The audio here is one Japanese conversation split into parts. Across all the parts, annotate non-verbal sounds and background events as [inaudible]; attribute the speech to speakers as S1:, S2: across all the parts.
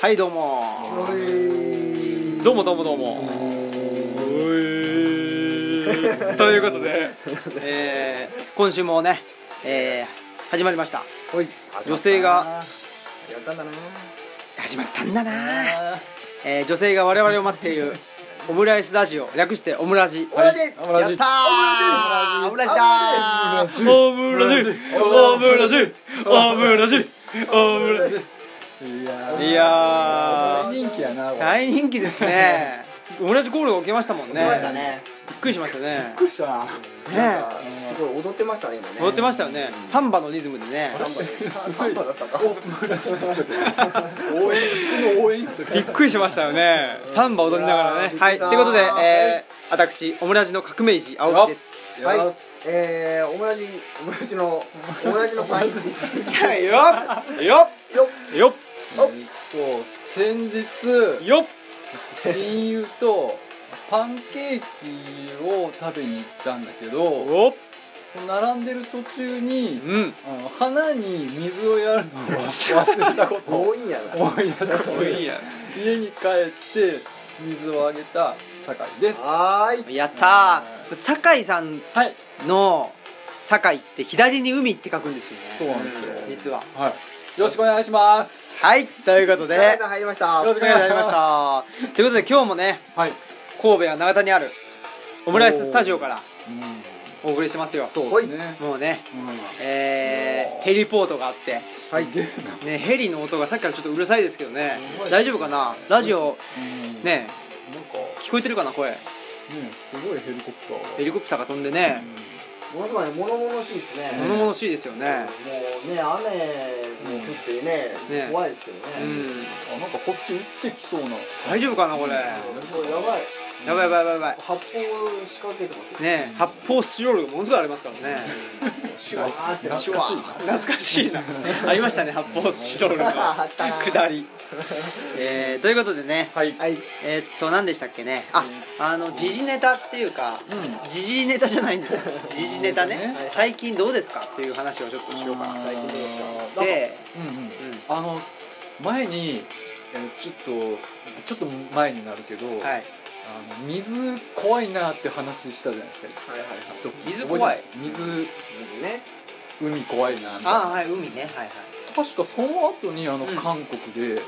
S1: はいどうも
S2: どうもどうもどうも。ということで、
S1: えー今週もね、えー始まりました
S3: ほい
S1: 女性が
S3: やったんだな
S1: 始まったんだな、えー女性が我々を待っているオムライスラジオ略してオムラジ
S3: オムラジ
S2: オムラジ
S1: やったーオムラジだー
S2: オムラジ、オムラジ、オムラジ、オムラジ。
S3: いや
S1: いやー
S3: 大人気やなこれ
S1: 大人気です [laughs] ねオムラジコールが起きましたもんね
S4: 来ましたね
S1: びっくりしましたね
S3: びっくりしたな
S4: なんかすごい踊ってましたね今ね
S1: 踊ってましたよねサンバのリズムでね
S4: ササンバだったか
S3: 応援普通の応援
S1: びっくりしましたよねサンバ踊りながら
S4: いやーびっ
S1: ね
S4: くり
S1: はい
S4: した
S1: ということで、えー私オムラジの革命児青木です
S4: はいえー、オムラジオムラジのオムラジのパンチ
S1: よっよっ
S4: よ
S1: よ
S3: えっと先日
S2: いよっ。
S3: 親友とパンケーキを食べに行ったんだけど
S2: お。
S3: 並んでる途中
S1: っ
S3: に
S1: うん
S3: あの花に水をやるのを忘れたことを
S4: 多いんやな
S3: 思い出して
S2: いや。
S3: 家に帰って水をあげた酒井ですは
S4: はーい
S1: やったー酒井さん
S3: い
S1: の酒井って左に海って書くんですよ
S3: そう
S1: ね
S3: なんですよ
S1: 実は
S3: はいよろしくお願いします
S1: はいということで
S4: サイさん入りました
S3: よろしくお願いします
S1: ありがとうございましたということで今日もね
S3: はい
S1: 神戸や長田にあるオムライススタジオから
S3: うん
S1: お送りしてますよ
S3: そうですね
S1: もうね
S3: うん
S1: え
S3: お
S1: ー、
S3: ー
S1: ヘリポートがあって
S3: はいすげえな
S1: ねヘリの音がさっきからちょっとうるさいですけどね
S4: すごい
S1: 大丈夫かなラジオ
S3: うん
S1: ね
S4: なんか
S1: 聞こえてるかな声
S3: ねすごいヘリコプターが
S1: ヘリコプターが飛んでね
S4: ものすごい物々しいですね
S1: 物々しいですよね
S4: もうね雨も降ってね、
S1: ね
S4: 怖いですけどね
S1: う、ん
S3: あなんかこっち打ってきそうな
S1: 大丈夫かなこれ
S4: もうやばい
S1: やばいやばいやばいやばい
S4: 発砲仕掛けてますよ
S1: ねえ発泡スチロールがものすごいありますからね
S4: シュワーって
S3: 懐かしいな
S1: 懐かしいなありましたね発泡スチロールの
S4: あったな
S1: 下りえーということでね
S3: はい
S4: はい
S1: えーっと何でしたっけねああの時事ネタっていうか
S3: うん
S1: 時事ネタじゃないんですよ時事ネタね
S3: は
S1: 最近どうですかという話をちょっとしようかな
S4: 最近どうですか
S3: か
S1: で、
S3: うんうん
S1: う
S3: あの前にえーちょっとちょっと前になるけど
S1: ん、はい
S3: あの水怖いなって話したじゃないですか
S4: はいはいはい
S1: 水怖い
S3: 覚えてます
S4: 水ね
S3: 水海怖いなみたい
S1: ああ
S3: な
S1: はい海ねはいはい
S3: 確かその後にあの
S1: うん
S3: 韓国で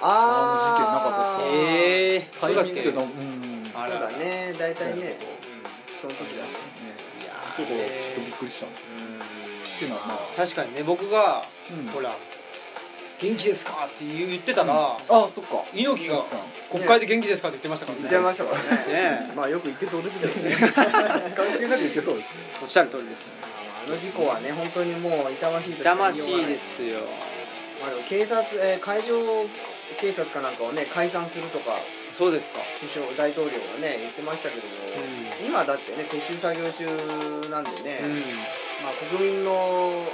S4: あ
S3: あの事件なかったで
S4: ー
S3: す
S1: え
S4: え
S1: え
S3: タイミングっていうの
S1: い
S3: はうん
S1: あ
S4: そ
S1: ら
S4: うだね大体
S3: そう
S4: ね
S3: そう
S4: その時
S3: ね
S4: だし
S1: や
S3: ちょっとちょっとびっ
S1: ー
S3: くりしたんですよっていうのはまあ
S1: 確かにね僕が
S3: うん
S1: ほら「元気ですか?」って言ってたら、
S3: あそっか
S1: 猪木が
S3: 猪木さ
S1: 「
S3: ん
S1: 国会で元気ですか?」って言ってましたからね
S4: 言っちゃいましたからね
S1: ねえ
S4: まあよく言ってそうですけど [laughs] ね
S3: 関係なくいけそうですね
S1: おっしゃる通りです
S4: あの事故はね本当にもう痛ましいとし
S1: 痛
S4: か
S1: まし
S4: 言わない
S1: ですよ
S4: まあでも警察、えー海上警察かなんかをね解散するとか
S1: そうですか
S4: 首相大統領がね言ってましたけども、今だってね撤収作業中なんでね、
S1: うん
S4: まあ国民の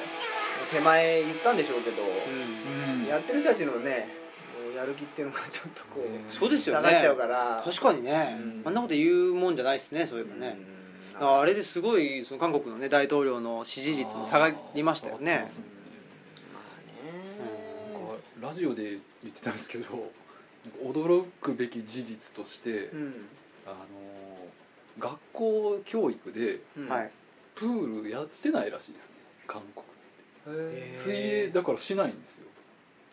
S4: 手前言ったんでしょうけど、
S1: うん
S3: うん
S4: やってる人たちのねもうやる気っていうのがちょっとこう、
S3: ね
S1: そうですよ
S4: 下がっちゃう
S1: ね
S4: から
S1: 確かにね
S4: うん
S1: あんなこと言うもんじゃないですねそういえばね
S4: うんなんか
S1: あれですごいその韓国のね大統領の支持率も下がりましたよね
S4: まあね
S3: なんかラジオで言ってたんですけどなんか驚くべき事実として
S4: うん
S3: あのー学校教育で
S4: うん
S1: はい
S3: プールやってないらしいですね韓国
S4: へー
S3: 水泳だからしないんですよ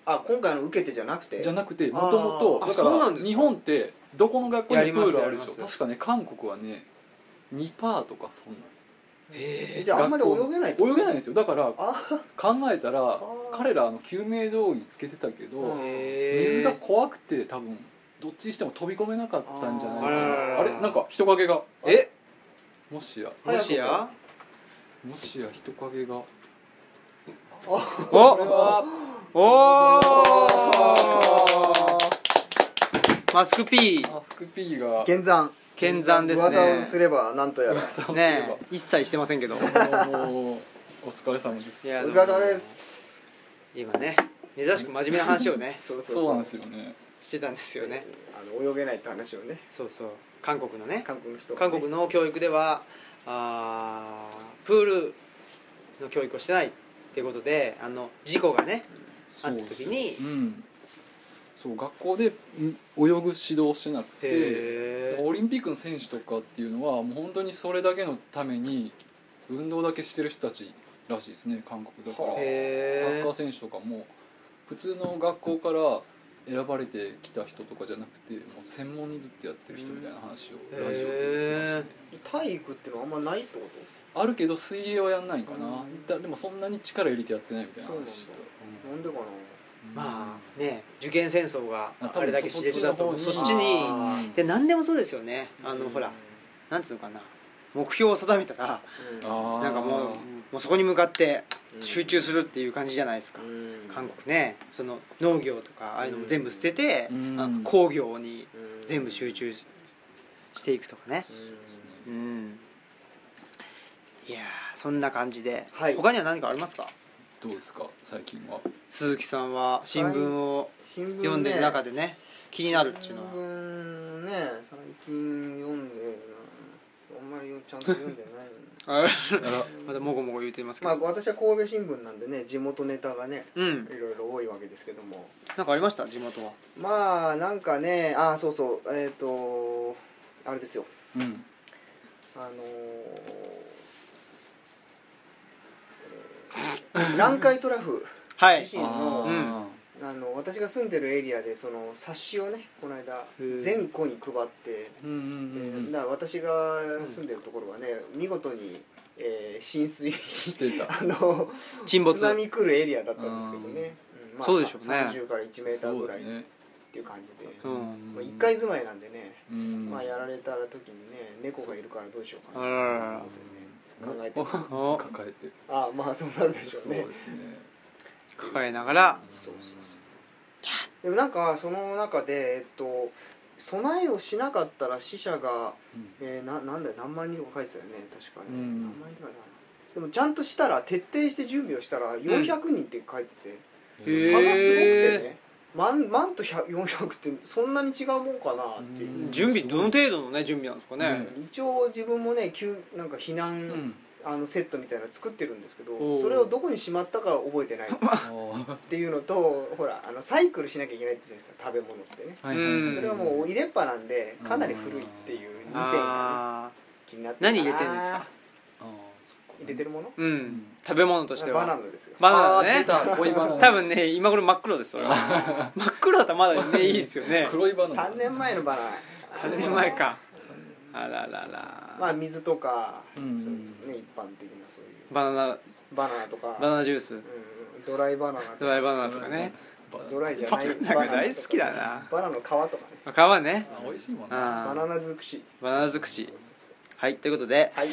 S4: あ今回の受けてじゃなくて
S3: じゃなくて
S4: あー
S3: もとも
S1: あ
S3: とだ
S1: そうな
S3: か
S1: んで
S3: ら
S1: すか
S3: 日本ってどこの学校
S1: やり
S3: にプ
S1: ます
S3: ールあるで
S1: や
S3: し
S1: り
S3: ょ
S1: ます
S3: 確かね韓国はね2パーとかそんなんです
S1: へ
S4: じゃああんまり泳げないってこと
S3: 泳げないんですよだから
S4: あ
S3: 考えたら
S4: ー
S3: 彼らあの救命胴衣つけてたけど、
S4: うん
S1: え
S3: 水が怖くて多分どっちにしても飛び込めなかったんじゃないか
S1: あららら
S3: な
S1: ら
S3: あれなんか人影が
S1: え
S3: もしや
S1: もしや
S3: もしや人影がこれ
S1: お
S3: は
S1: お
S4: あ
S1: ーマスク P
S3: マスク P が
S4: ー現山
S1: 剣山です
S4: 噂をす
S1: ね
S4: ればなんとやら
S3: [laughs] 噂をすれば
S1: ねえ一切してません
S4: [laughs]
S1: けど
S3: もうお疲れ様です
S1: いや
S4: お疲れ様です
S1: 今ね珍しく真面目な話をね
S4: そう
S3: そうなんですよね
S1: してたんですよね
S4: あの泳げないって話をね
S1: そうそう韓国のね
S4: 韓国の人がね
S1: 韓国の教育ではあープールの教育をしてないっていうことであの事故がねあった時に
S3: うんそう学校でん泳ぐ指導をしてなくて
S1: へ
S3: オリンピックの選手とかっていうのはもう本当にそれだけのために運動だけしてる人たちらしいですね韓国だから
S1: え
S3: サッ
S1: へ
S3: カー選手とかも普通の学校から選ばれてきた人とかじゃなくてもう専門にずっとやってる人みたいな話を
S1: うん
S3: ラジオで言ってましたね
S1: へ
S4: 体育ってのはあんまないってこ
S3: あるけど水泳はやんないんかな
S4: うん
S3: だでもそんなに力入れてやってないみたいな話してた
S4: そうとなんでかな
S3: うん
S1: まあね受験戦争が
S3: あ多分
S1: あれだけ熾烈だと
S3: そ
S1: そ
S3: っちの方に
S1: っちに
S4: あ
S1: で何でもそうですよねあのほらなんていうのかな目標を定めたら
S4: うん
S3: あー
S1: なんかもうもうそこに向かって
S4: うん
S1: 集中するっていう感じじゃないですか
S4: うん
S1: 韓国ねその農業とかああいうのも全部捨てて
S3: うん
S1: あの工業に
S4: うん
S1: 全部集中ししていくとかね
S4: うん
S3: ですね
S1: うんいやーそんな感じで、
S4: はい
S1: 他には何かありますか
S3: どうですか最近は
S1: 鈴木さんは新聞を
S4: 新聞ね
S1: 読んでる中でね気になるっていうのは
S4: 新聞ね最近読んでるなあんまりちゃんと読んでない
S1: あ
S4: な
S1: [laughs] まだもごもご言うてますけ
S4: ま
S1: ど、
S4: あ私は神戸新聞なんでね地元ネタがね
S1: うん
S4: いろいろ多いわけですけども
S1: なんかありました地元は
S4: まあなんかねあそうそうえっ、とあれですよ
S3: うん
S4: あのー
S1: [laughs]
S4: えー南海トラフ
S1: はい
S4: 自身の
S3: あー
S4: あの私が住んでるエリアでその冊子をねこの間
S1: へえ
S4: 全戸に配って
S3: うんうんうんうん
S4: えーだから私が住んでるところはね、見事に、えー浸水 [laughs]
S3: してた
S4: あの
S1: 沈没
S4: 津波来るエリアだったんですけどね、ん
S1: そうでしょうね
S4: 30から1メーターぐらいっ
S3: そうだね
S4: ていう感じで、
S1: うん
S4: まあ、1回住まいなんでね、
S3: うん
S4: まあ、やられた時にね猫がいるからどうしようかな
S1: あららら
S4: っていうことでね考えて
S3: うん
S1: お
S3: 抱えて
S4: ああまあそうなるでしょ
S3: そううで
S4: ね
S3: すね
S1: 抱えながら
S4: そうそうそうでもなんかその中でえっと備えをしなかったら死者が
S3: うん
S4: えー、ななんだよ何万人とか書いてたよね確かね、
S3: うん
S4: 何万人とかだなでもちゃんとしたら徹底して準備をしたら400人って書いてて、
S1: へー
S4: 差がすごくて
S1: へ
S4: ね万万と100 400ってそんなに違うもんかなっていう、
S3: うん
S1: 準備どの程度のね準備なんですかね、
S4: 一応自分もね急なんか避難、
S3: うん
S4: あのセットみたいなの作ってるんですけ
S1: お
S4: ど
S1: う
S4: それをどこにしまったか覚えてないっ
S3: あー
S4: ていうのと [laughs] ほらあのサイクルしなきゃいけないって言うじゃないですか食べ物ってね
S3: はいはいはい
S4: それはもう入れっぱなんでかなり古いっていう2点がね
S1: ああ
S4: 気になって
S1: 何入れてるんですか
S3: あーそっか
S4: 入れてるもの
S1: うん、
S3: ん
S1: 食べ物としては
S4: バナナですよ
S1: バナナ
S3: あー出
S1: ね
S3: た恋バナナ
S1: 多分ね今頃真っ黒ですそれは真っ黒だったらまだねいいですよね
S3: 黒いバナナ
S4: 3年前のバナ
S1: 3
S4: ナ
S1: 年前かあららら、
S4: まあ水とか、
S3: うん
S4: そういうね一般的なそういう
S1: バナナ
S4: バナナとか
S1: バナナジュース
S4: うん、ドライバナナと
S1: ドライバナナとかね
S3: バナナ
S4: ドライじゃ
S1: バ
S4: ない
S1: ナナが大好きだな
S4: バナナの皮とかね
S1: 皮ね
S3: あ美味しいもんね
S1: あ
S4: バ
S1: ー
S4: ナナ尽くし
S1: バナナ尽くし
S4: そうそうそう
S1: はいということで
S4: はい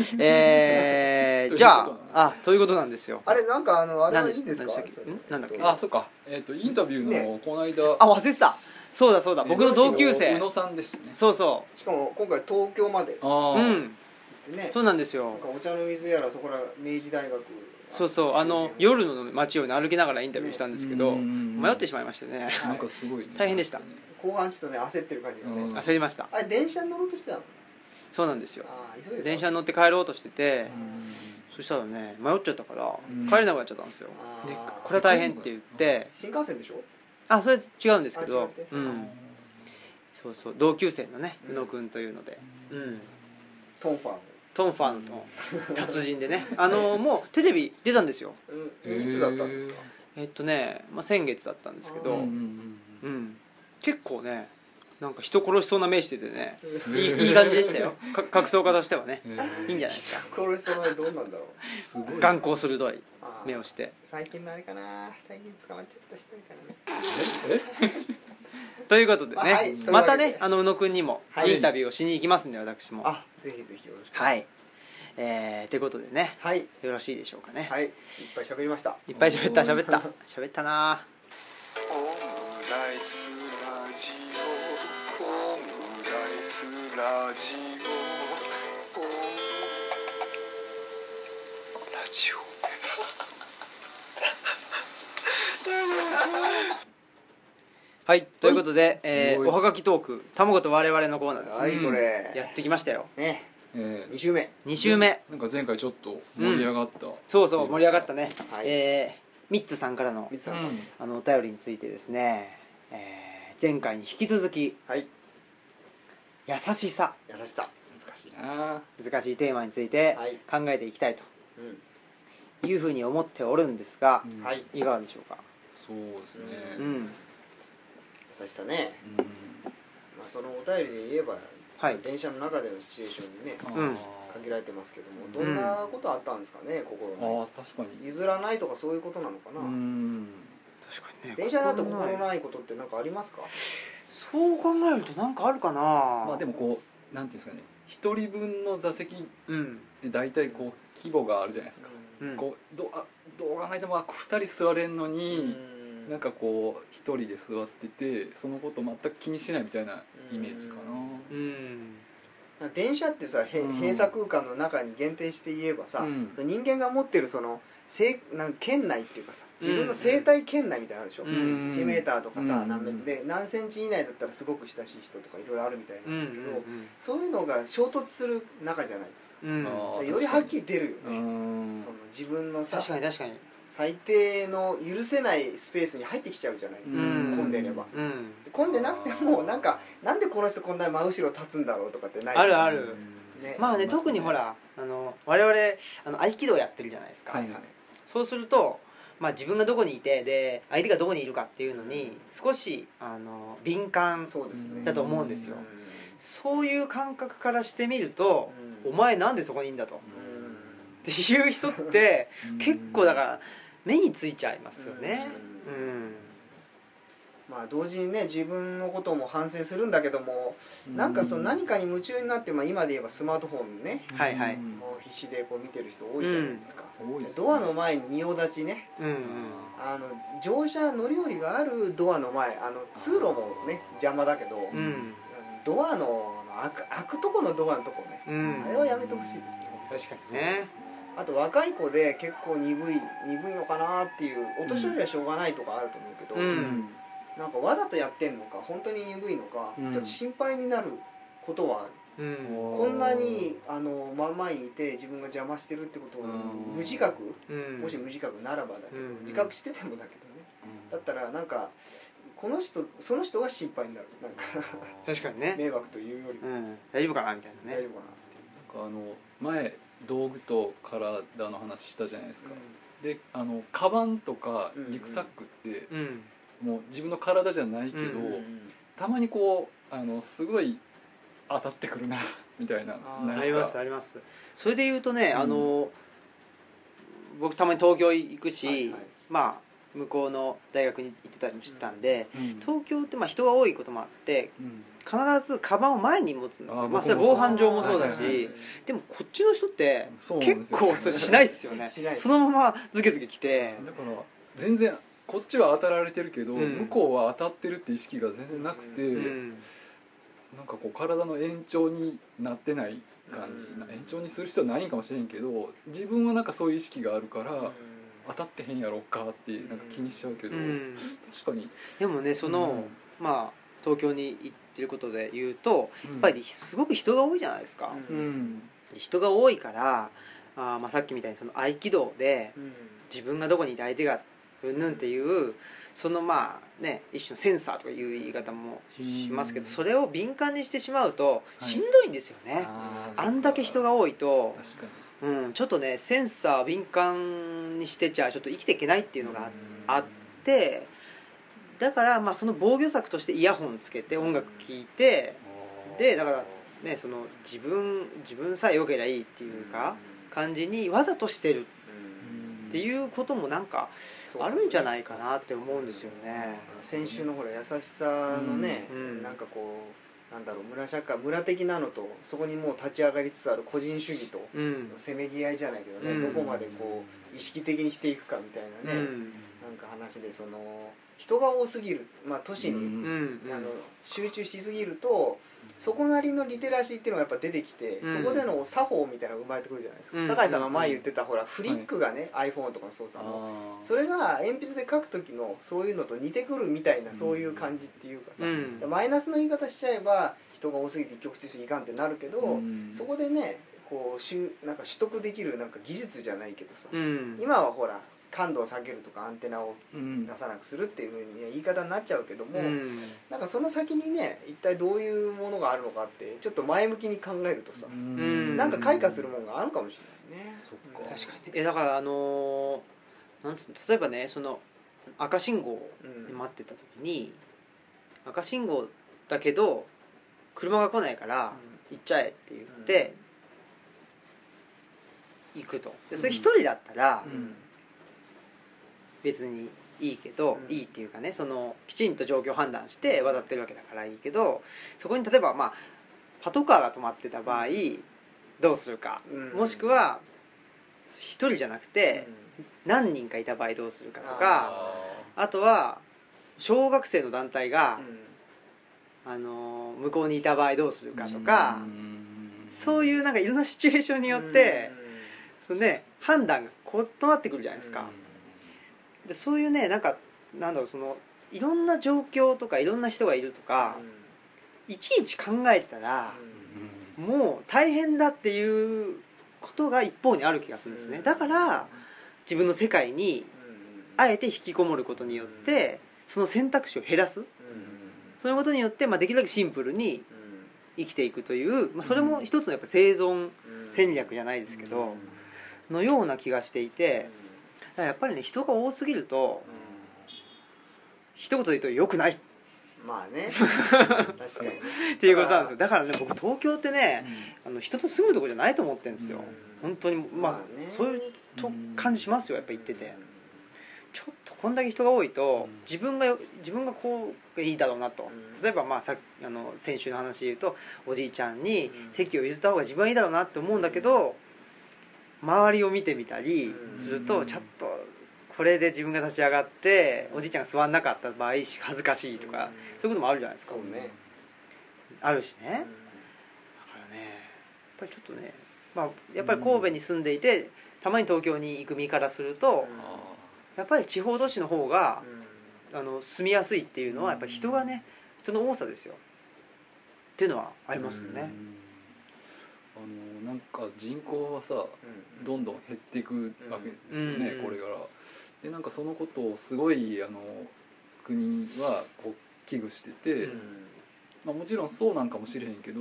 S1: えー、じゃああということなんですよ
S4: あれなんかあのあれは
S1: 何
S4: い
S1: でし
S4: いんですか
S1: 何でしたっけんなんだっけ
S3: あそっかえっとインタビューの
S4: ね
S3: この間
S1: あ忘れてたそうだそうだ
S3: えー
S1: 僕の同級生
S3: 宇野さんでしたね
S1: そうそ
S4: しかも今回東京まで
S3: あ
S4: 行
S1: う
S3: ー
S1: うん
S4: ってね
S1: そうなんです
S4: な
S1: よ
S4: んかお茶の水やらそこら明治大学
S1: そうそうあの夜の街をね歩きながらインタビューしたんですけど迷
S3: 迷
S1: ってしまいましてね
S4: はい
S3: なんかすごいね
S1: 大変でした
S4: 後半ちょっとね焦ってる感じが
S3: うん
S4: ね
S1: 焦りました
S4: あれ電車に乗ろうとしてたの
S1: そうなんですよ
S4: あー急いでた
S1: 電車に乗って帰ろうとしてて
S3: うん
S1: そしたらね迷っちゃったから
S3: うん
S1: 帰れなくなっちゃったんですよ
S4: あー
S1: でこれは大変って言って
S4: 新幹線でしょ
S1: あそれ違うんですけ
S4: あ違っ
S1: ど
S4: て
S1: うんそうそう同級生のね
S4: う
S1: 宇
S4: ん
S1: 野くんというのでうん
S4: トンファン
S1: トンファンの達人でねあのもうテレビ出たんですよ
S4: うん、いつだったんですか、
S1: えっとね、まあ、先月だったんですけ
S3: うん
S1: ど
S3: うん
S1: う
S3: うん
S1: ん結構ねなんか人殺しそうな目しててね
S4: う
S1: いいいい感じでしたよか格闘家としてはね
S3: うん
S1: いいんじゃない
S4: ん
S1: ですか
S4: 殺しそうなのどうなんだろう
S3: すごい
S1: 眼光鋭い
S4: あー
S1: 目をして
S4: 最近のあれかな最近捕まっちゃった人いるからね
S3: え
S1: ということで
S4: あはい
S1: ね
S4: というわ
S1: ま
S4: けで
S1: たねあの宇野くんにも
S4: はい
S1: インタビューをしに行きますんで私も
S4: あぜひぜひよろしく
S1: はいえーということでね
S4: はい
S1: よろしいでしょうかね
S4: はいいっぱい喋りました
S1: いっぱい喋った喋った喋ったな
S4: オムライスラジオオムライスラジオラジオ
S1: はいということで、えー
S3: はい
S1: おはがきトーク「卵と我々」のコーナーです、
S4: はい
S1: や
S4: これ
S1: ってきましたよ
S4: ね
S3: え
S4: 二週目
S1: 2週目
S3: ーなんか前回ちょっと盛り上がった
S1: そうそう盛り上がったね、
S4: はい
S1: えーミッツさんからの
S4: みつ
S3: う
S4: さん、
S3: ん
S1: あのお便りについてですね、えー前回に引き続き
S4: はい
S1: 「優しさ
S4: 優しさ
S3: 難しいな」
S1: 難しいテーマについて
S4: はい
S1: 考えていきたい
S4: うん
S1: というふうに思っておるんですが
S3: うん
S4: はい
S1: いかがでしょうか
S3: そうですね
S1: うん
S4: 優しさね
S3: うん
S4: まあそのお便りで言えば
S1: はい
S4: 電車の中でのシチュエーションにね
S3: あー
S1: うん
S4: 限られてますけどもどんなことあったんですかね心
S3: あ
S4: の
S3: ー確かに
S4: 譲らないとかそういうことなのか
S3: う
S4: なん
S1: 確かにね
S4: 電車だと
S1: な
S4: 心
S1: い
S4: ないことって何かありますか
S1: そう考えるとなんかあるかな
S3: まあで
S1: も
S3: もこうなんていうんですかね一人分の座席っ
S1: うん
S3: て大体こう規模があるじゃないですか
S1: うん
S3: こうどうあどう考えてもあ2人座れんの
S4: う
S3: に、
S4: ん
S3: なんかこう一人で座っててそのこと全く気にしないみたいなイメージかな、
S1: うん
S4: 電車ってさへ
S3: うん
S4: 閉鎖空間の中に限定して言えばさ、
S3: うん
S4: その人間が持ってるそのせいなんか圏内っていうかさ自分の生態圏内みたいなのあるでしょ、
S1: うんうん
S4: 1メーターとかさ、
S3: うん
S4: 何メで何センチ以内だったらすごく親しい人とかいろいろあるみたいなんですけど、
S1: うん
S4: そういうのが衝突する中じゃないですか
S1: うん
S3: あー
S4: だからよりはっきり出る
S3: う
S4: よね、
S3: ん
S4: その自分のさ
S1: 確かに確かに
S4: 最低の許せないスペースに入ってきちゃうじゃないですか、
S1: うん
S4: 混んでれば
S1: うん
S4: で混んでなくてもなんかなんでこの人こんな真後ろ立つんだろうとかってない
S1: あるあ
S3: う
S1: る
S3: ん
S4: ね
S1: まあね
S3: いますね
S1: 特にほらあの我々あの合気道やってるじゃないですか、
S4: はいはい
S1: そうすると、まあ、自分がどこにいてで相手がどこにいるかっていうのに少しあの敏感
S4: そうですね
S1: だと思うんですよ
S4: うん
S1: そういう感覚からしてみると「
S4: うん
S1: お前なんでそこにいんだ」と。っ
S4: ん
S1: ていう人って結構だから目についちゃいますよね。
S4: う
S1: うんん
S4: まあ同時にね自分のことも反省するんだけども
S3: う
S4: なんかその何かに夢中になって、まあ、今で言えばスマートフォンね
S1: はいはい
S3: うん
S4: こう必死でこう見てる人多いじゃないですか、
S3: 多いですね
S4: ドアの前に仁王立ちね
S1: うんうん
S4: あの乗車乗り降りがあるドアの前あの通路もね邪魔だけど、
S1: うんうん
S4: ドアのあの開く開くとこのドアのとこね、
S1: うん
S4: あれはやめてほしいですね
S1: 確かに
S3: そうで
S1: ね
S3: す
S4: あと若い子で結構鈍い鈍いのかなっていうお年寄りはしょうがないとかあると思うけど、
S1: うん
S3: うん
S4: なんかわざとやってんのか本当に鈍いのか、
S3: うん
S4: ちょっと心配になることはある
S1: うん
S4: こんなにあの真ん前にいて自分が邪魔してるってことを
S3: うん
S4: 無自覚、
S1: うん
S4: もし無自覚ならばだけど、
S1: うん
S4: 自覚しててもだけどねだったらなんかこの人その人が心配になるなんか
S1: 確かにね、
S4: 迷惑というよりも
S1: うん、大丈夫かなみたいな
S4: 大丈
S1: ね
S4: 夫かなっていう。
S3: あの前道具と体の話したじゃないですか、
S4: う
S3: であのカバンとか
S4: うんうん
S3: リュックサックって
S1: うん
S3: もう自分の体じゃないけど、
S1: うんうん
S4: ん
S3: たまにこうあのすごい当たってくるな [laughs] みたいな
S4: あー
S3: な
S1: あ
S3: い
S1: り
S3: で
S1: ますす
S3: か
S1: ありますそれで言うとね、
S3: うん
S1: あの僕たまに東京行くし、
S4: はいはい
S1: まあ向こうの大学に行ってたりもしてたんで、
S3: うん
S1: 東京ってまあ人が多いこともあって
S3: うん
S1: 必ずカバンを前に持つんですよ
S3: あ
S1: まあそ
S3: 僕
S1: れ
S3: も
S1: は防
S3: そう
S1: 犯上もそうだし、
S4: はいはいはい
S1: でもこっちの人って
S3: そうなんです
S1: 結
S3: よ
S1: 構それしないっすよね
S4: しない
S1: そのままズケズケ来て
S3: だから全然こっちは当たられてるけど、
S1: うん
S3: 向こうは当たってるって意識が全然なくて、
S1: うん
S3: なんかこう体の延長になってない感じ、
S4: うん
S3: 延長にする必要はないんかもしれんけど自分はなんかそういう意識があるから、当たってへんやろっかってなんか気にしちゃうけど、
S1: うん
S3: 確かに
S1: でもねその、まあ東京に行ってることで言うと
S3: うん
S1: やっぱりすごく人が多いじゃないですか、
S4: うん
S3: うん
S1: 人が多いからあー、まあ、さっきみたいにその合気道で自分がどこにいて相手がうんぬんっていうそのまあね一種のセンサーとかいう言い方もしますけど
S3: うん
S1: それを敏感にしてしまうと
S3: はい
S1: しんどいんですよね、
S3: あー
S1: あんだけ人が多いと、
S3: 確かに
S1: うん、ちょっとねセンサー敏感にしてちゃちょっと生きていけないっていうのがあっあってだからまあその防御策としてイヤホンつけて音楽聴いて、でだからね、その自分自分さえ良ければいいっていうか感じにわざとしてるって
S3: う
S1: いうこともなんかあるんじゃないかなって思うんですよね。
S4: 先週のほら優しさのね、
S1: うんうん
S4: なんかこうなんだろう村社会村的なのとそこにもう立ち上がりつつある個人主義と
S1: うん
S4: せめぎ合いじゃないけどね、
S1: うん
S4: どこまでこう意識的にしていくかみたいな
S1: う
S4: ね、
S1: ん
S4: なんか話でその人が多すぎる、まあ、都市に、
S3: うん
S1: うん
S4: あの集中しすぎるとそこなりのリテラシーっていうのがやっぱ出てきて、
S1: うん
S4: そこでの作法みたいなのが生まれてくるじゃないですか、
S1: うん
S4: 酒井さんが前言ってたほらフリックがね、iPhone とかの操作のそれが鉛筆で書く時のそういうのと似てくるみたいなそういう感じっていうかさ、
S1: うん
S4: でマイナスの言い方しちゃえば人が多すぎて一極中心いかんってなるけど、そ
S3: そ
S4: こでねこうしゅなんか取得できるなんか技術じゃないけどさ、
S1: うん
S4: 今はほら感度を下げるとかアンテナを
S2: うん
S4: 出さなくするっていうふうにね言い方になっちゃうけども、
S1: うん
S4: なんかその先にね一体どういうものがあるのかってちょっと前向きに考えるとさ、
S1: ん
S4: なんか開花する
S3: も
S4: ものがあるかもしれないね。
S3: そっか
S1: 確かにねえだからあのーなんつうの例えばねその赤信号
S4: うん
S1: で待ってた時に赤信号だけど車が来ないから行っちゃえって言って行くとでそれ一人だったら
S2: うん
S1: 別にいいけど、
S4: うん
S1: いいっていうかねそのきちんと状況判断して渡ってるわけだからいいけどそこに例えばまあパトカーが止まってた場合どうするか、
S4: うん
S1: もしくは一人じゃなくて何人かいた場合どうするかとかあとは小学生の団体が、あの向こうにいた場合どうするかとか、そういうなんかいろんなシチュエーションに
S4: に
S1: よって、そのね、判断が異なってくるじゃないですか。でそういうねなんかなんだろうそのいろんな状況とかいろんな人がいるとか、いちいち考えてたら、もう大変だっていうことが一方にある気がするんですね、だから自分の世界にあえて引きこもることによって、その選択肢を減らすそういうことによって、まあ、できるだけシンプルに生きていくという、まあ、それも一つのやっぱ生存戦略じゃないですけど、のような気がしていてだからやっぱりね人が多すぎると一言で言うと良く [laughs] ない
S4: まあ
S1: [laughs]
S4: ね確かに
S1: っていうことなんですよだからね僕東京ってねあの人と住むとこじゃないと思ってるんですよ、本当にまあ、そういうと感じしますよやっぱ行ってて、ちょっとこんだけ人が多いと、
S3: うん
S1: 自分が自分がこういいだろうなと、
S4: うん
S1: 例えばまあさあの先週の話で言うとおじいちゃんに
S4: うん
S1: 席を譲った方が自分はいいだろうなって思うんだけど、周りを見てみたりすると、
S3: うん
S1: ちょっとこれで自分が立ち上がっておじいちゃんが座んなかった場合恥ずかしいとか、そういうこともあるじゃないですか、
S4: そうね
S1: あるしね、
S4: うん
S1: だからねやっぱりちょっとね、まあ、やっぱり神戸に住んでいて、たまに東京に行く身からすると、
S4: うん
S1: やっぱり地方都市の方が
S4: う、ん
S1: あの住みやすいっていうのはやっぱり人がね人の多さですよっていうのはありますよね。
S3: あのなんか人口はさどんどん減っていくわけですよね、
S1: うん
S3: これから。でなんかそのことをすごいあの国はこう危惧してて、まあ、もちろんそうなんかもしれへんけど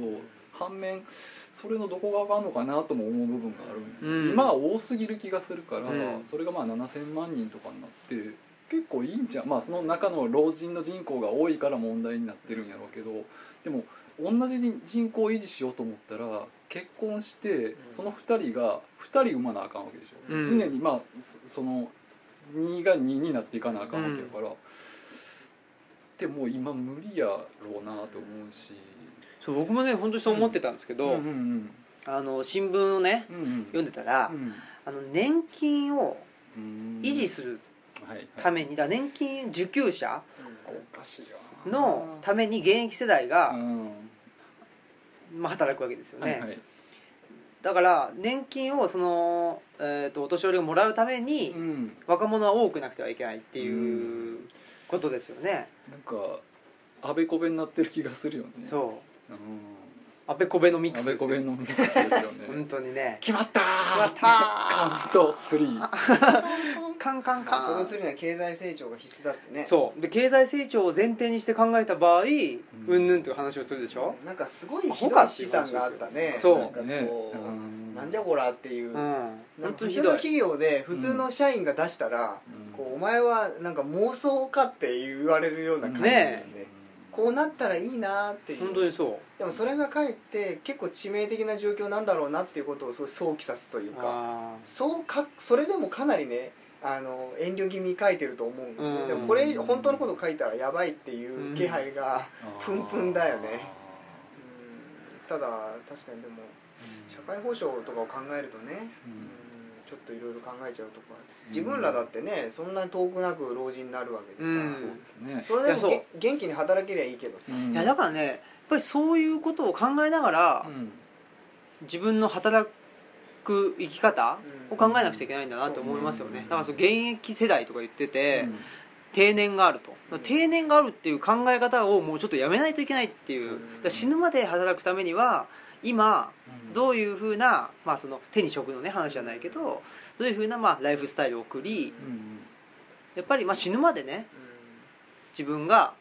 S3: 反面それのどこが分かんのかなとも思う部分がある、
S1: うん
S3: 今は多すぎる気がするから、
S1: うん
S3: それがまあ7,000万人とかになって結構いいんじゃんまあその中の老人の人口が多いから問題になってるんやろうけどでも同じ人口を維持しようと思ったら結婚してその2人が2人産まなあかんわけでしょ、
S1: うん
S3: 常にまあそその2が2になっていかなあかんわけやから、でもう今無理やろうなと思うし。
S1: そう僕もね本当にそう思ってたんですけど、
S3: うんうん
S1: あの新聞をね
S3: うんうん
S1: 読んでたら、
S3: う
S1: あの年金を
S3: ん
S1: 維持する
S3: はい
S1: た
S3: はい
S1: めにだから年金受給者
S3: おかしいよな
S1: のために現役世代
S3: う
S1: が、
S3: ん
S1: まあ、働くわけですよね、
S3: はいはい
S1: だから年金をその、えー、とお年寄りをもらうために、
S3: うん
S1: 若者は多くなくてはいけないっていううことですよね、
S3: なんかあべこべになってる気がするよねう
S1: そうんあべこべのミック
S3: あ
S1: ス
S3: べ
S1: です
S3: こ
S1: よ
S3: べのミックスですよ
S1: 本
S3: ね
S1: 当に
S3: [laughs]
S1: ね
S3: 決まった
S1: 決まっ
S3: ー
S1: た
S3: カウント3
S1: カンカンカン
S4: そうするには経済成長が必須だってね
S1: そうで経済成長を前提にして考えた場合うんぬんという話をするでしょ、
S4: なんかすごいひどい資産があったね
S1: そう
S4: なんか
S3: ね
S4: こ
S3: う
S4: うんなんじゃこらっていううんなんか
S1: 本当
S4: 普
S1: にひ
S4: 通の
S1: どい
S4: 企業で普通の社員が出したら
S3: うん
S4: こうお前はなんか妄想かって言われるような感じだよ
S1: ね
S4: ねこうなったらいいなっていう
S1: 本当にそ
S4: でもそれがかえって結構致命的な状況なんだろうなっていうことをそう想起さすという
S1: う
S4: か
S1: あー
S4: そうかそれでもかなりねあの遠慮気味に書いてると思うんで,、
S1: うん
S4: でもこれ本当のこと書いたらやばいっていう気配が、プンプンだよねうんただ確かにでも社会保障とかを考えるとね、
S3: う
S4: うん
S3: ん、
S4: ちょっといろいろ考えちゃうとか自分らだってねそんなに遠くなく老人になるわけでさ、
S1: うん
S3: そうですね
S4: それでも
S1: いや
S4: げ元気に働けりゃいいけどさ、
S3: うん
S1: いやだからねやっぱりそういうことを考えながら、
S3: うん
S1: 自分の働く生き方を考えなくちゃいけないんだなって思いますよね、
S3: うん
S1: だからその現役世代とか言ってて、
S3: うん
S1: 定年があると
S4: うん
S1: 定年があるっていう考え方をもうちょっとやめないといけないっていう
S3: そ
S1: だ
S3: うですね
S1: から死ぬまで働くためには今
S3: うん
S1: どういうふうな、まあ、その手に職のね話じゃないけどどういうふうな、まあ、ライフスタイルを送り
S3: うん
S1: やっぱり、まあ、死ぬまでね自分が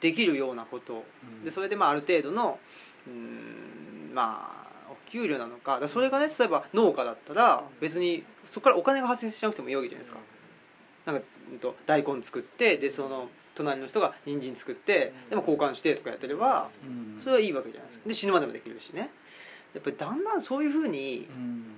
S1: できるようなこと
S3: うん
S1: でそれで、まあ、ある程度のうーんまあお給料なのかだからそれがね例えば農家だったら別にそこからお金が発生しなくてもいいわけじゃないですか。なんか、うん、と大根作ってでその隣の人が人参作って
S4: うん
S1: でも交換してとかやってれば
S3: うん
S1: それはいいわけじゃないですかで死ぬまでもできるしねやっぱりだんだんそういうふうに
S3: うん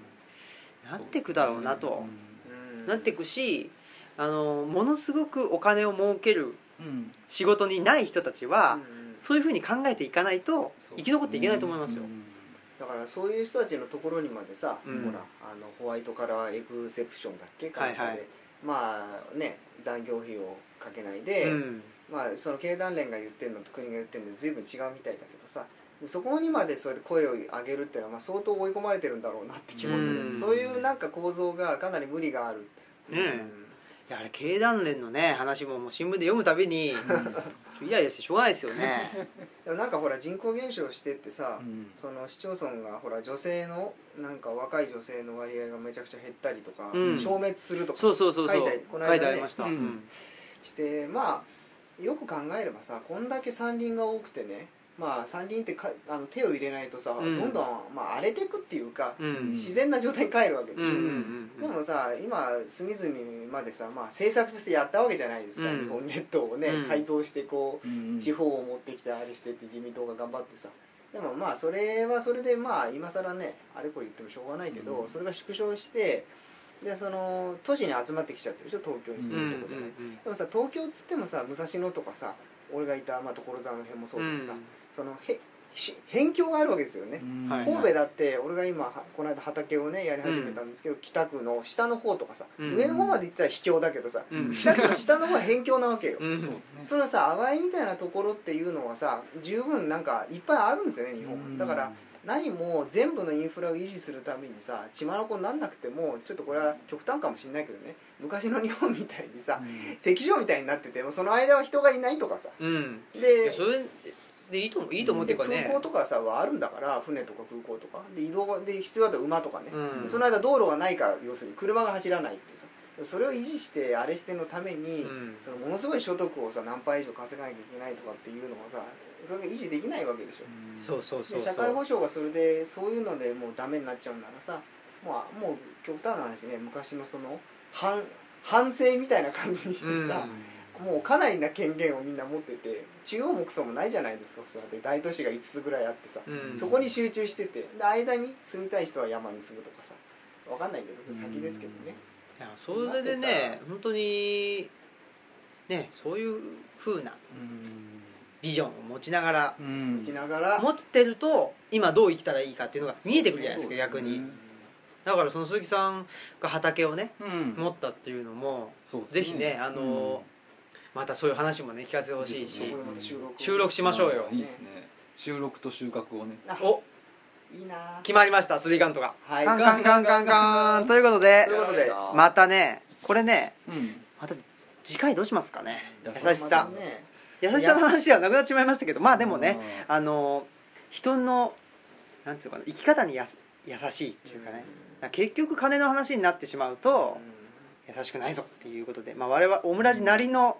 S1: なってくだろうなと
S4: うん
S1: なってくしあのものすごくお金を儲ける
S3: うんうん
S1: 仕事にない人たち
S4: う
S1: は
S4: ん
S1: そういうふうに考えていかないと
S3: そ
S1: 生
S3: うですね
S1: き残っていけないと思いますよ
S3: う。ん
S4: だからそういう人たちのところにまでさ、
S1: うん
S4: ほらあのホワイトカラーエグセプションだっけかなんかで、
S1: はいはい
S4: まあね残業費をかけないで、
S1: うん
S4: まあその経団連が言ってるのと国が言ってるのと随分違うみたいだけどさそこにまでそうやって声を上げるっていうのはまあ相当追い込まれてるんだろうなって気もする、
S1: うん
S4: そういうなんか構造がかなり無理がある、
S1: ねえいやあれ経団連のね話ももう新聞で読むたびにイライラしてしょうがないですよね。
S4: でもなんかほら人口減少してってさ、
S3: うん
S4: その市町村がほら女性のなんか若い女性の割合がめちゃくちゃ減ったりとか、
S1: うん
S4: 消滅するとか
S1: そうそうそうそう
S4: 書いてこの
S1: 書
S4: 間ね
S1: いてありました。
S3: うん
S1: うん
S4: してまあよく考えればさこんだけ山林が多くてねまあ山林ってかあの手を入れないとさ、
S1: うん
S4: どんどん、まあ、荒れてくっていうか、
S1: うん
S4: 自然な状態に帰るわけでし
S1: う
S4: ょ、
S1: んうんうん
S4: でもさ今隅々までさ、まあ、政策としてやったわけじゃないですか、
S1: うん
S4: 日本列島をね、
S1: うん
S4: 改造してこ
S3: うん
S4: う地方を持ってきてあれしてって自民党が頑張ってさでもまあそれはそれでまあ今更ねあれこれ言ってもしょうがないけど、
S3: うん
S4: それが縮小してでその都市に集まってきちゃってるでしょ東京に住むとこじゃない、でもさ東京っつってもさ武蔵野とかさ俺がいた、まあ、所沢の辺もそうですさ、そのへし辺境があるわけですよね、
S3: うん
S1: はい
S4: 神戸だって俺が今はこの間畑をねやり始めたんですけど、北区の下の方とかさ、
S1: うん
S4: 上の方まで行ったら秘境だけどさ、
S1: うん
S4: 北区の下の方は辺境なわけよ、
S1: うん
S3: そうね
S4: それはさ淡いみたいなところっていうのはさ十分なんかいっぱいあるんですよね日本はだから何も全部のインフラを維持するためにさ血まなこになんなくてもちょっとこれは極端かもしれないけどね昔の日本みたいにさ、
S3: うん
S4: 石場みたいになっててもその間は人がいないとかさ
S1: うんい
S4: で
S1: やそれでいいと思ういいと思うって
S4: で
S1: いうか
S4: 空
S1: ね
S4: 港とかさはあるんだから船とか空港とかで移動がで必要だと馬とかね、
S1: うん
S4: その間道路がないから要するに車が走らないっていうさそれを維持してあれしてのために、
S1: うん
S4: そのものすごい所得をさ何倍以上稼がなきゃいけないとかっていうのはさそれが維持できないわけでしょ
S1: そうそうそう
S4: で
S1: そ
S4: 社会
S1: う
S4: 保障がそれでそういうのでもうダメになっちゃうんならさもうもう極端な話ね昔のその反反省みたいな感じにしてさ、
S1: うん
S4: もうかなりな権限をみんな持ってて中央もクソもないじゃないですかそうやって大都市が5つぐらいあってさ、
S1: うん
S4: そこに集中しててで間に住みたい人は山に住むとかさわかんないけど先ですけどね、
S1: いやそれでね本当にねそういうふうな
S3: うん
S1: ビジョンを持ちながら
S3: うん
S4: 生きながら、
S1: 持ってると今どう生きたらいいかっていうのが見えてくるじゃないですか
S3: そう
S1: 逆
S3: ですね
S1: にだからその鈴木さんが畑をね
S3: うん
S1: 持ったっていうのも
S3: そうです
S1: ぜひねあのまたそういう話もね聞かせてほしい
S4: そ
S1: し
S4: こでまた収録を
S1: 収録しましょうよ
S3: いいですね収録と収穫をね
S4: あ
S1: お
S4: いいな
S1: 決まりましたスリーガントが
S4: はい
S1: カンカンカンカンカンということで
S4: ということで
S1: またねこれね
S3: うん
S1: また次回どうしますかね
S3: 優し
S1: 優しさ
S4: またね
S1: 優しさの話ではなくなってしまいましたけどまあでもねあの人のなんていうのかな生き方にやす優しいっていうかねなんか結局金の話になってしまう
S4: うん
S1: と優しくないぞっていうことで、まあ、我々オムラジなりの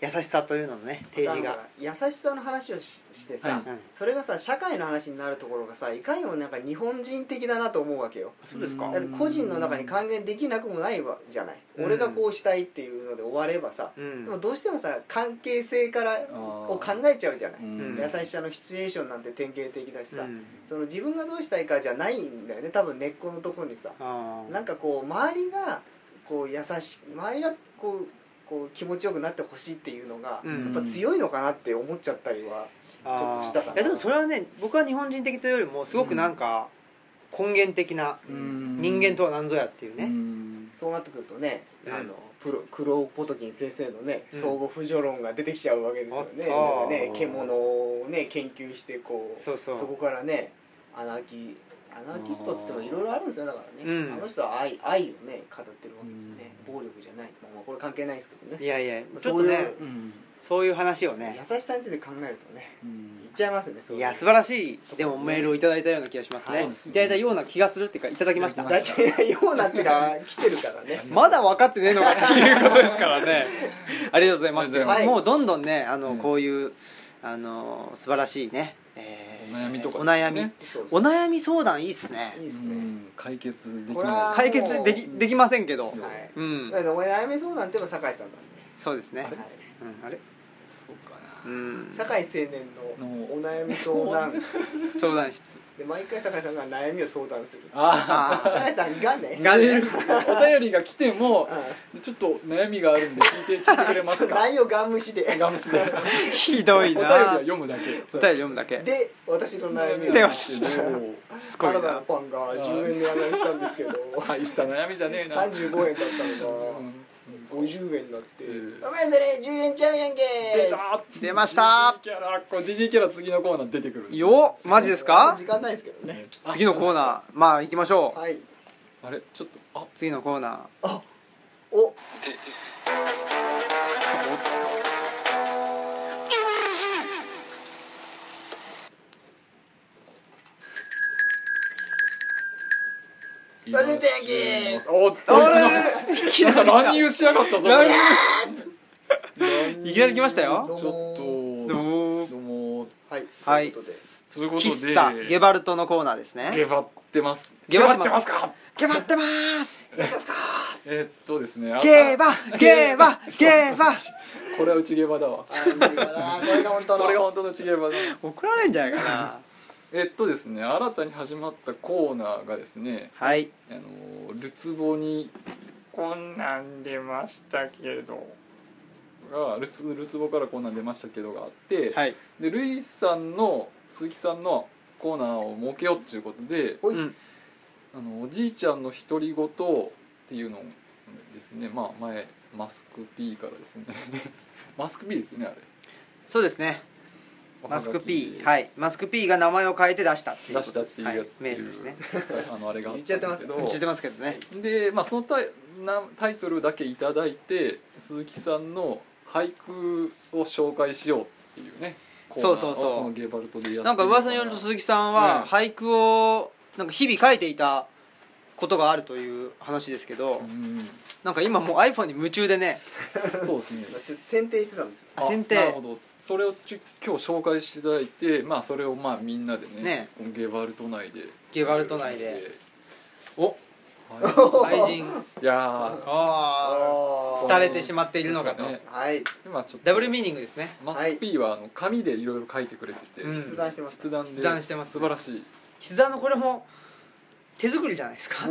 S1: 優しさというののね提示
S4: だ
S1: が
S4: か。ら優しさの話をししてさ、
S3: はい
S1: うん
S4: それがさ社会の話になるところがさいかにもなんか日本人的だなと思うわけよ
S1: そうですか
S4: だって個人の中に還元できなくもないわじゃない、
S1: うん
S4: 俺がこうしたいっていうので終わればさ
S1: う
S4: で
S1: ん
S4: もどうしてもさ関係性から
S3: ー
S4: を考えちゃうじゃない、
S1: うん
S4: 優しさのシチュエーションなんて典型的だしさ、
S1: うん
S4: その自分がどうしたいかじゃないんだよね多分根っこのとこにさ
S1: あー
S4: なんかこう周りがこう優しい周りがこうこう気持ちよくなってほしいっていうのが、
S1: うん
S4: やっぱ強いのかなって思っちゃったりは、
S1: あー
S4: ちょっとしたかない
S1: やでもそれはね僕は日本人的というよりもすごくなんか根源的な人間とは何ぞやっていうね、
S4: そうなってくるとね、
S1: うん
S4: あのプロクロポトキン先生のね
S1: うん
S4: 相互扶助論が出てきちゃうわけです
S1: お
S4: よね。
S1: っ
S4: なんか
S1: と
S4: ね獣をね研究してこう
S1: そうそう
S4: こからねアナーキアナーキストっつってもいろいろあるんですよだからね、
S1: うん
S4: あの人は愛愛をね語ってるわけでね、
S3: う
S4: 暴力じゃない、まあまあ、これ関係ないですけどね
S1: いやいや
S4: まあ
S1: ちょっと
S4: そう
S1: ね
S4: いう
S3: うん
S1: そういう話をね
S4: 優しさについて考えるとねいっちゃいますねそう
S1: いうや素晴らしいでもメールをいただいたような気がしますね
S3: そうですね
S1: いただいたような気がするっていうかいただきました
S3: いただ
S4: だけようなってか来てるか
S1: [laughs]
S4: らね
S1: まだ分かってねえのかっていうことですからね [laughs] ありがとうございます、
S4: はい
S1: もうどんどんねあの、
S3: うん
S1: こういうあの素晴らしいね、えー
S3: お悩みとか
S1: お
S3: です
S1: 悩
S3: ね
S1: み
S4: そうそ
S1: お
S4: う
S1: 悩み相談いいっすね
S4: いいです
S3: う
S4: ね
S3: ん解決でき
S4: これ
S3: な
S4: はい
S1: 解決できできませんけど
S3: うん
S4: はい
S1: うん
S4: だからお悩み相談ってば酒井さんな
S1: そうですね
S4: んで、はい
S1: うんあれ
S3: そうか
S1: う
S3: な、
S1: ん
S4: 酒井青年のお悩み相談室
S1: 相談室
S4: で毎回酒井さんが悩みを相談する
S3: あ
S1: あ
S4: 酒井さんがね
S1: あがね
S3: あお便りが来ても
S4: う
S3: ちょっと悩みがあるんで聞いて聞いてくれ
S4: ん
S3: ま
S4: ちょ
S3: す
S4: っと
S3: か
S4: 内容ガン無視で
S3: がむしでお便
S1: ひどい
S3: りは
S1: なお便
S3: 読むだけ
S1: り読むだけ
S4: で私の悩み
S1: 手
S4: を
S1: をすご
S4: サ
S1: い
S4: ラダの
S1: な
S4: パンが10円で値上がりしたんですけど
S3: 大した悩みじゃねえな
S4: 35円だったの
S3: う
S4: が
S3: ん
S4: 50円になって
S3: うん
S4: 「お前それ10円ちゃうやんけ!」
S3: 出た
S1: 出ました
S3: ジジイキャラこうジジイキャラ次のコーナー出てくる
S1: よっマジですか
S4: 時間ないですけどね
S3: あ
S1: 次のコーナーまあ行きましょう
S4: はい
S3: あれちょっとあ
S1: 次のコーナ
S4: おラジオ天気
S3: おっ
S1: ー
S3: と
S1: れいきなり
S3: 乱
S1: 来
S3: 入しやがったぞ
S1: 乱入
S3: 乱
S1: た
S3: 入
S1: いきなり来ましたよ
S4: どう
S3: ちょ
S4: も
S3: っ
S1: で
S3: と
S1: も
S3: どうも
S4: はい
S1: はい
S4: ということで
S3: ということで
S1: 喫茶ゲバルトのコーナーです
S3: ゲ
S1: ね
S3: バってます
S1: ゲバってます
S3: すか
S1: ゲバってます
S3: えーっとですねあ
S1: ゲバゲ
S3: [laughs]
S1: バゲバ
S3: これはうちゲバだわ
S4: あー無理だなこれが本当の
S3: これが本当のうちゲバだ
S1: 怒られんじゃないかな
S3: えっとですね新たに始まったコーナーがですね
S1: はい
S3: あのルツボにこんなん出ましたけどがルツルツボからこんなん出ましたけどがあって、
S1: はい
S3: でルイさんの鈴木さんのコーナーを設けようっていうことで
S4: ほい
S1: うん
S3: あのおじいちゃんの独り言っていうのをですねまあ前マスク P からですね [laughs] マスク P ですよねあれ
S1: そうですね
S3: おは
S1: マ
S3: がき
S1: スク P はいマスク P が名前を変えて出したっていう
S3: 出
S1: こ
S3: し
S1: と
S3: たっ
S1: で
S3: て
S1: す
S3: いうやつって
S1: はい、メ
S3: い
S1: ー
S3: う、
S1: ルですね
S3: あのあれがあったんですけど
S1: 言ってますけどね
S3: で、まあ、そのタイなタイトルだけいただいて鈴木さんの俳句を紹介しようっていうねコーナーを
S1: そうそうそう
S3: このゲバルトでやってる
S1: なんか噂によると鈴木さんは
S3: うん
S1: 俳句をなんか日々書いていたことがあるという話ですけど、
S3: うん
S1: なんか今もう iPhone に夢中でね
S3: そうですね
S4: せ選定してたんですよ
S1: あ選定
S3: なるほどそれをち今日紹介していただいて、まあ、それをまあみんなでね
S1: ね
S3: このゲバルト内で
S1: ゲバルト内でお
S3: は
S1: 愛人
S3: い、いや
S1: あ
S4: あ
S1: あ
S4: ー
S1: 廃れてしまっているのかと、
S3: そうですね
S4: はい
S3: ー今ちょっと
S1: ダブルミーニングですね
S3: マスク P はあの紙でいろいろ書いてくれてて、
S1: うん
S4: 出題してます
S3: 筆談で
S1: 筆談してます
S3: 素晴らしい
S1: 膝のこれも手作りじゃないですか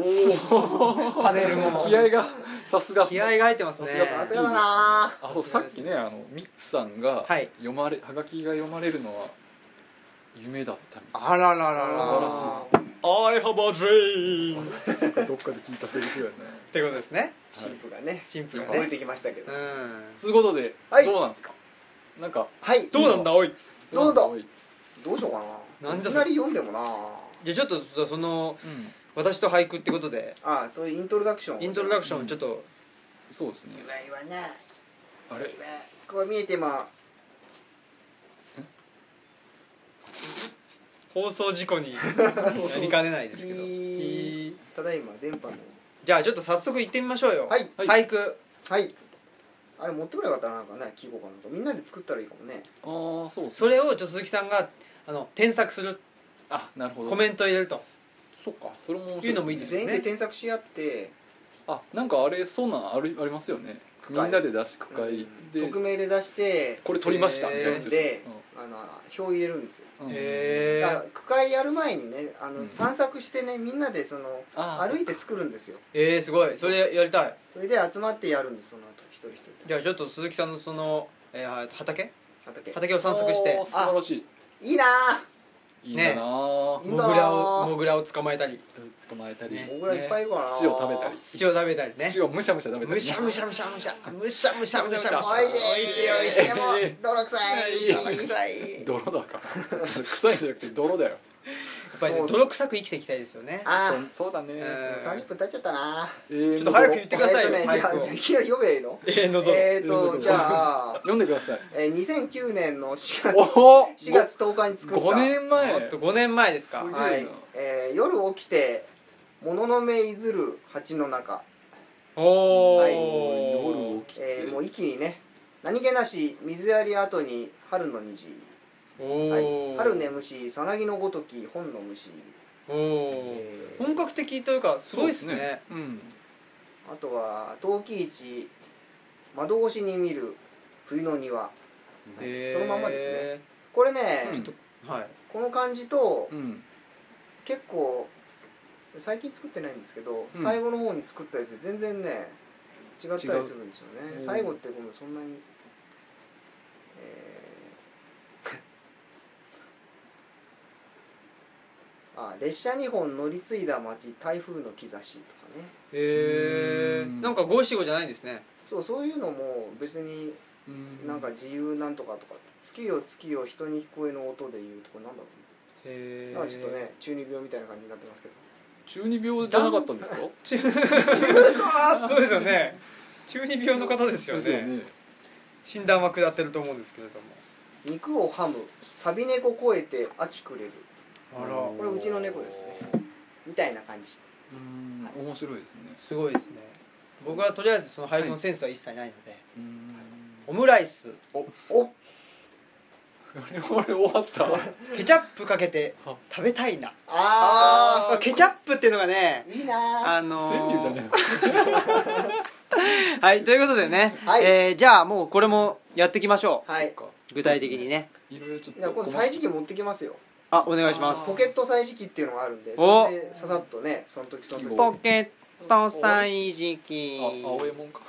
S1: [laughs] パネルも
S3: 気合がさすが
S1: 気合が入ってますね
S4: さすがだな
S3: あそうさっきねあのミッツさんが
S1: はい
S3: 読まれ、はがきが読まれるのは夢だったみたい
S1: あらららら
S4: 素
S3: 晴らしいです
S4: ね
S2: I have a dream
S3: などっかで聞いたセリフやね
S1: ってことですね
S4: 神父がね
S1: シンプルが
S4: 覚え
S1: ね
S4: てきましたけど
S1: うん
S3: ということで、
S4: はい
S3: どうなんですかなんか
S4: はい
S2: どうなんだおい
S4: どうだ
S3: うん
S4: どうしようかな
S1: なん
S4: い
S1: じゃ
S4: き
S1: それ
S4: なり読んでもな
S1: じゃあちょっとじゃあその私と俳句ってことで
S4: あそういうイントロダクション
S1: イントロダク
S4: シ
S1: ションちょっと
S3: そうですね
S4: ョン岩井はな
S3: あれ
S4: 岩井こう見えても
S1: 放送事故 [laughs] になりかねないですけど
S4: いい
S1: いい
S4: ただいま電波の
S1: じゃあちょっと早速行ってみましょうよ
S4: はい
S3: はい
S1: 俳句
S4: はいあれ持ってくればよかったななんかね記号かなんかみんなで作ったらいいかもね
S3: あーそうです
S1: そ
S3: ね
S1: れをちょっと鈴木さんがあの添削する
S3: あなるほど
S1: コメントを入れると
S3: そっかそれも面白
S1: いうのもいいですね
S4: 全員で添削し合って
S3: あなんかあれそうなんあるありますよねみんなで出し区会で
S4: 匿名で出して
S3: これ取りましたみたいなやつ
S4: で
S3: しょ
S4: あの表入れるんですよ
S3: うんうん
S1: へ
S4: だか
S1: ー
S4: ら区会やる前にねあ
S3: う
S4: の
S3: ん
S4: 散策してねみんなでその
S3: あー
S4: 歩いて作るんですよ
S1: えー、すごいそれやりたい
S4: それで集まってやるんですその後一人一人
S1: じゃあちょっと鈴木さんのその、えー、畑
S4: 畑
S1: 畑を散策して
S3: あー素晴らし
S4: いいなあ
S3: いいいなあ
S4: ね
S1: モグラをモグラを捕まえたり
S3: 捕まえたり、
S1: ね
S4: モグラいっぱいいるからな
S3: 土を食べたり
S1: 土を食べたりね
S3: 土をむしゃむしゃ食べたりね
S1: むしゃむしゃむしゃむしゃむしゃむしゃむしゃむしゃ
S4: おいしいおいしいでも泥臭い
S1: 臭い
S3: 泥だからそれ臭いんじゃなくて泥だよ
S1: っぱりね
S4: そうそう
S1: 泥臭く生きていきたいですよね
S4: あ
S3: そそうだね、
S1: え
S4: 三十分経っちゃったな。
S3: えー
S1: ちょっと早く
S3: も
S1: 言ってくださいよ
S4: えーとね
S1: 俳句を
S4: いやいきなり読めばいいの？
S1: 永遠の泥
S4: えっとじゃあ
S3: う、読んでください
S4: えー、2009年の4月
S3: おお
S4: 4月10日に作った。
S3: 5年前
S1: あと5年前ですか
S3: すごい
S4: はい。えー、夜起きて物の目いずる蜂の中、
S1: お
S4: はい
S1: お、
S3: 夜起きて、
S4: えー、もう一気にね何気なし水やり後に春の虹、
S1: お
S4: はい、
S1: お
S4: 春眠しさなぎのごとき本の虫、
S1: おお
S4: えー
S1: 本格的というかすごいです
S3: そうです
S1: ね
S3: うん
S4: あとは陶器市窓越しに見る冬の庭
S3: うん
S1: へー
S4: そのまんまですこれね、
S3: うん
S1: はい
S4: この感じと
S3: うん
S4: 結構最近作ってないんですけど、
S3: うん
S4: 最後の方に作ったやつで全然ね違ったりするんですよ
S3: 違
S4: ね
S3: う
S4: 最後ってごめんそんなに、えー [laughs] あ列車2本乗り継いだ街台風の兆しとかね
S1: へえ
S3: うん
S1: なんか五七五じゃないんですね
S4: そうそういうのも別に
S3: うん
S4: なんか自由なんとかとか月よ月よ人に聞こえの音で言うとこれなんだろう
S1: へ
S4: ね
S1: え
S4: なんかちょっとね中二病みたいな感じになってますけど
S3: 中二病じゃなかったんですか
S1: そうですよね中二病の方ですよ
S3: ですよ
S1: ね診断は下ってると思うんですけれど
S4: 肉をはむサビ猫越えて秋くれる
S1: もあ
S3: お
S1: ら
S3: ー
S4: これうちの猫ですねみたいな感じ
S3: うん面白いですね
S1: すごいですね僕はとりあえずその俳句のセンスは一切ないので、
S3: うん
S1: オムライス
S4: お
S3: あれあれ終わった
S1: ケチャップかけて食べたいな
S4: あ
S1: あーケチャップっていうのがね
S4: ーいいなー
S1: あのー
S3: 川柳じゃね
S1: はいということでね、
S4: はい
S1: えーじゃあもうこれもやっていきましょう、
S4: は
S3: え
S4: い
S3: そっか
S1: 具体的にね
S3: いろいろちょっ
S4: じゃあ
S3: と
S4: 今度歳時記持ってきますよ
S1: あお願いします
S4: ポケット歳時記っていうのがあるんで
S1: お
S4: それでささっとねその時その時
S3: ポ
S1: ポケット歳時
S3: あ
S1: 期
S3: 青いもんか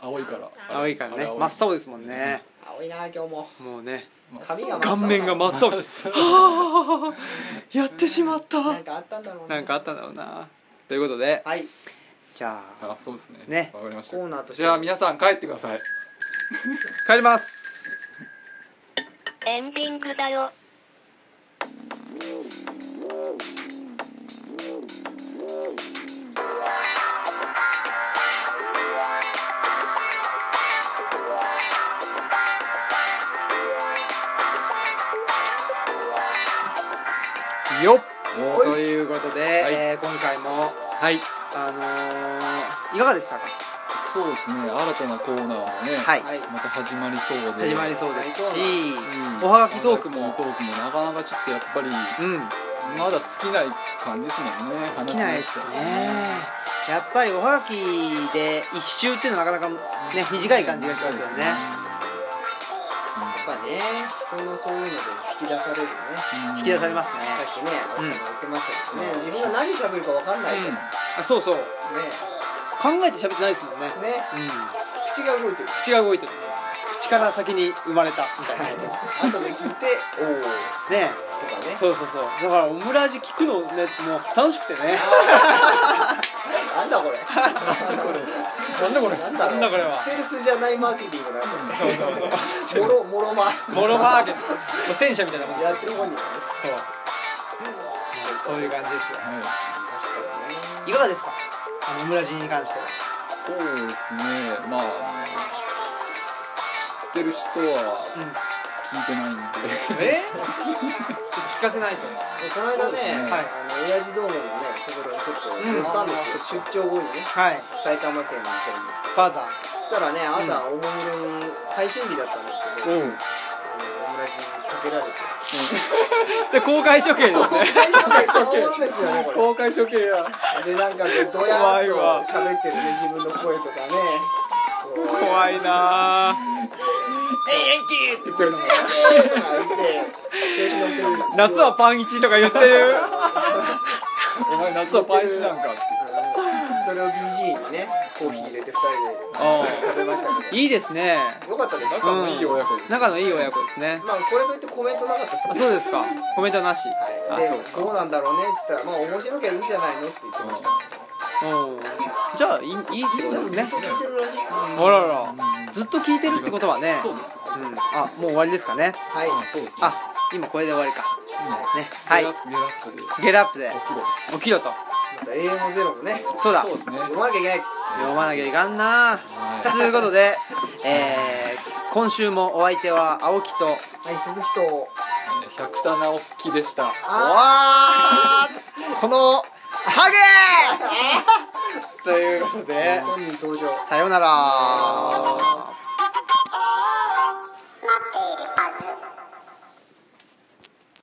S3: 青いから
S1: 青いからね
S3: あれ青い
S1: 真っ青ですもんね
S4: 青いなー今日も
S1: もうね
S4: 髪が
S1: 顔面が真っ青はあやってしまっ
S4: なん
S1: た
S4: かあったんだろう
S1: なんかあったんだろうなということで
S4: はい
S1: じゃあ
S3: あそうですね
S1: ね
S3: わかりまし
S4: コー
S3: た
S4: ナーとして
S3: じゃあ皆さん帰ってください
S1: 帰ります
S5: エンディングだよ。
S1: よっ
S3: お
S1: ということで、
S3: はい
S1: えー今回も
S3: はい
S1: あのーいかがでしたか
S3: そうですね新たなコーナーもね
S1: はい、
S4: はい
S3: また始まりそうで
S1: 始まりそうですし
S3: うん
S1: おはがきトーク
S3: おは
S1: も
S3: がきトークもなかなかちょっとやっぱり
S1: うん
S3: まだ尽きない感じですもんね
S1: 好きないですね
S3: 話のや
S1: やっぱりおはがきで一周っていうのはなかなかね短い感じがしますよね
S4: やっぱね人のそういうので引き出されるね
S3: うん
S1: 引き出されますね
S4: さっきね青木さんが言ってましたけどね、自分が何喋るかわかんないからね
S1: あそうそう考えて喋ってないですもんね
S4: ね
S1: うん
S4: 口が動いてる
S1: 口が動いてる口から先に生まれたみたいなね
S4: はい [laughs] 後で聞いて「おお」
S1: え
S4: とかね
S1: そうそうそうだからオムラジ聞くのねもう楽しくてね
S4: なんだこれ
S1: なんだこれ
S4: なんだろう
S1: これは
S4: ステルスじゃないマーケティングだよ
S1: そうそうそう
S4: これもろもろま
S1: モロマーケットもう戦車みたいなもんです
S4: や
S1: よ
S4: ってる本人はね
S1: そうそういう感じですよ
S3: はい
S4: 確かにね
S1: いかがですかあのオムラジに関しては
S3: そうですねまあ知ってる人は
S1: うん
S3: 聞いてないんで
S1: えー、ちょ [laughs] っと聞かせないと
S4: この間ね
S3: そうですね
S4: はいあの親父道路のねところにちょっと寄ったんですよ、出張後にね
S1: はい
S4: 埼玉県の方に
S1: ファーザ
S4: そしたらね朝おもむろに配信日だったんですけど、
S1: ー
S4: あのオムラジにかけられて
S1: で公開処刑ですね
S4: 大丈夫ですおもろですよねこれ
S3: 公開処刑や
S4: でなんかこうドヤーっと喋ってるね自分の声とかねこう
S1: [laughs] 怖いなあ
S4: 「言ってるのもえーとか言って調子乗ってる
S1: [laughs] 夏はパン一とか言ってる
S3: お前夏はパンチなんか
S4: それを BG にねコーヒー入れて2人
S1: あ
S4: で食べました
S1: [laughs]
S4: け
S1: いいですね
S4: どよかったです
S3: 仲のいい親子です
S1: 仲のいい親子ですね
S4: まあこれといってコメントなかった
S1: あ
S4: です
S1: そうですかコメントなし、あ
S4: はい、で
S1: そうか
S4: どうなんだろうねっつったら「まあ面白きゃいいじゃないの」って言ってました
S1: うんじゃあいいいいってことですね
S4: ずっと聞いてるらしいです
S1: あ
S4: は
S1: ららずっと聞いてるってことはね
S3: そうですよ
S1: うん、あもう終わりですかね
S4: い
S3: あそうですね
S1: あ今これで終わりかねはい
S3: リラリラックスで
S1: ゲラップで
S3: 起きろ
S1: 起きろと
S4: また英語ゼロもね
S1: そうだ
S3: そうですね
S4: 読まなきゃいけない
S1: 読まなきゃいかんな
S3: はい
S1: ということで、えー今週もお相手は青木と
S4: はい鈴木と
S3: えー百田直樹でした
S1: わーこのハゲーということで
S4: 本人登場
S1: さようなら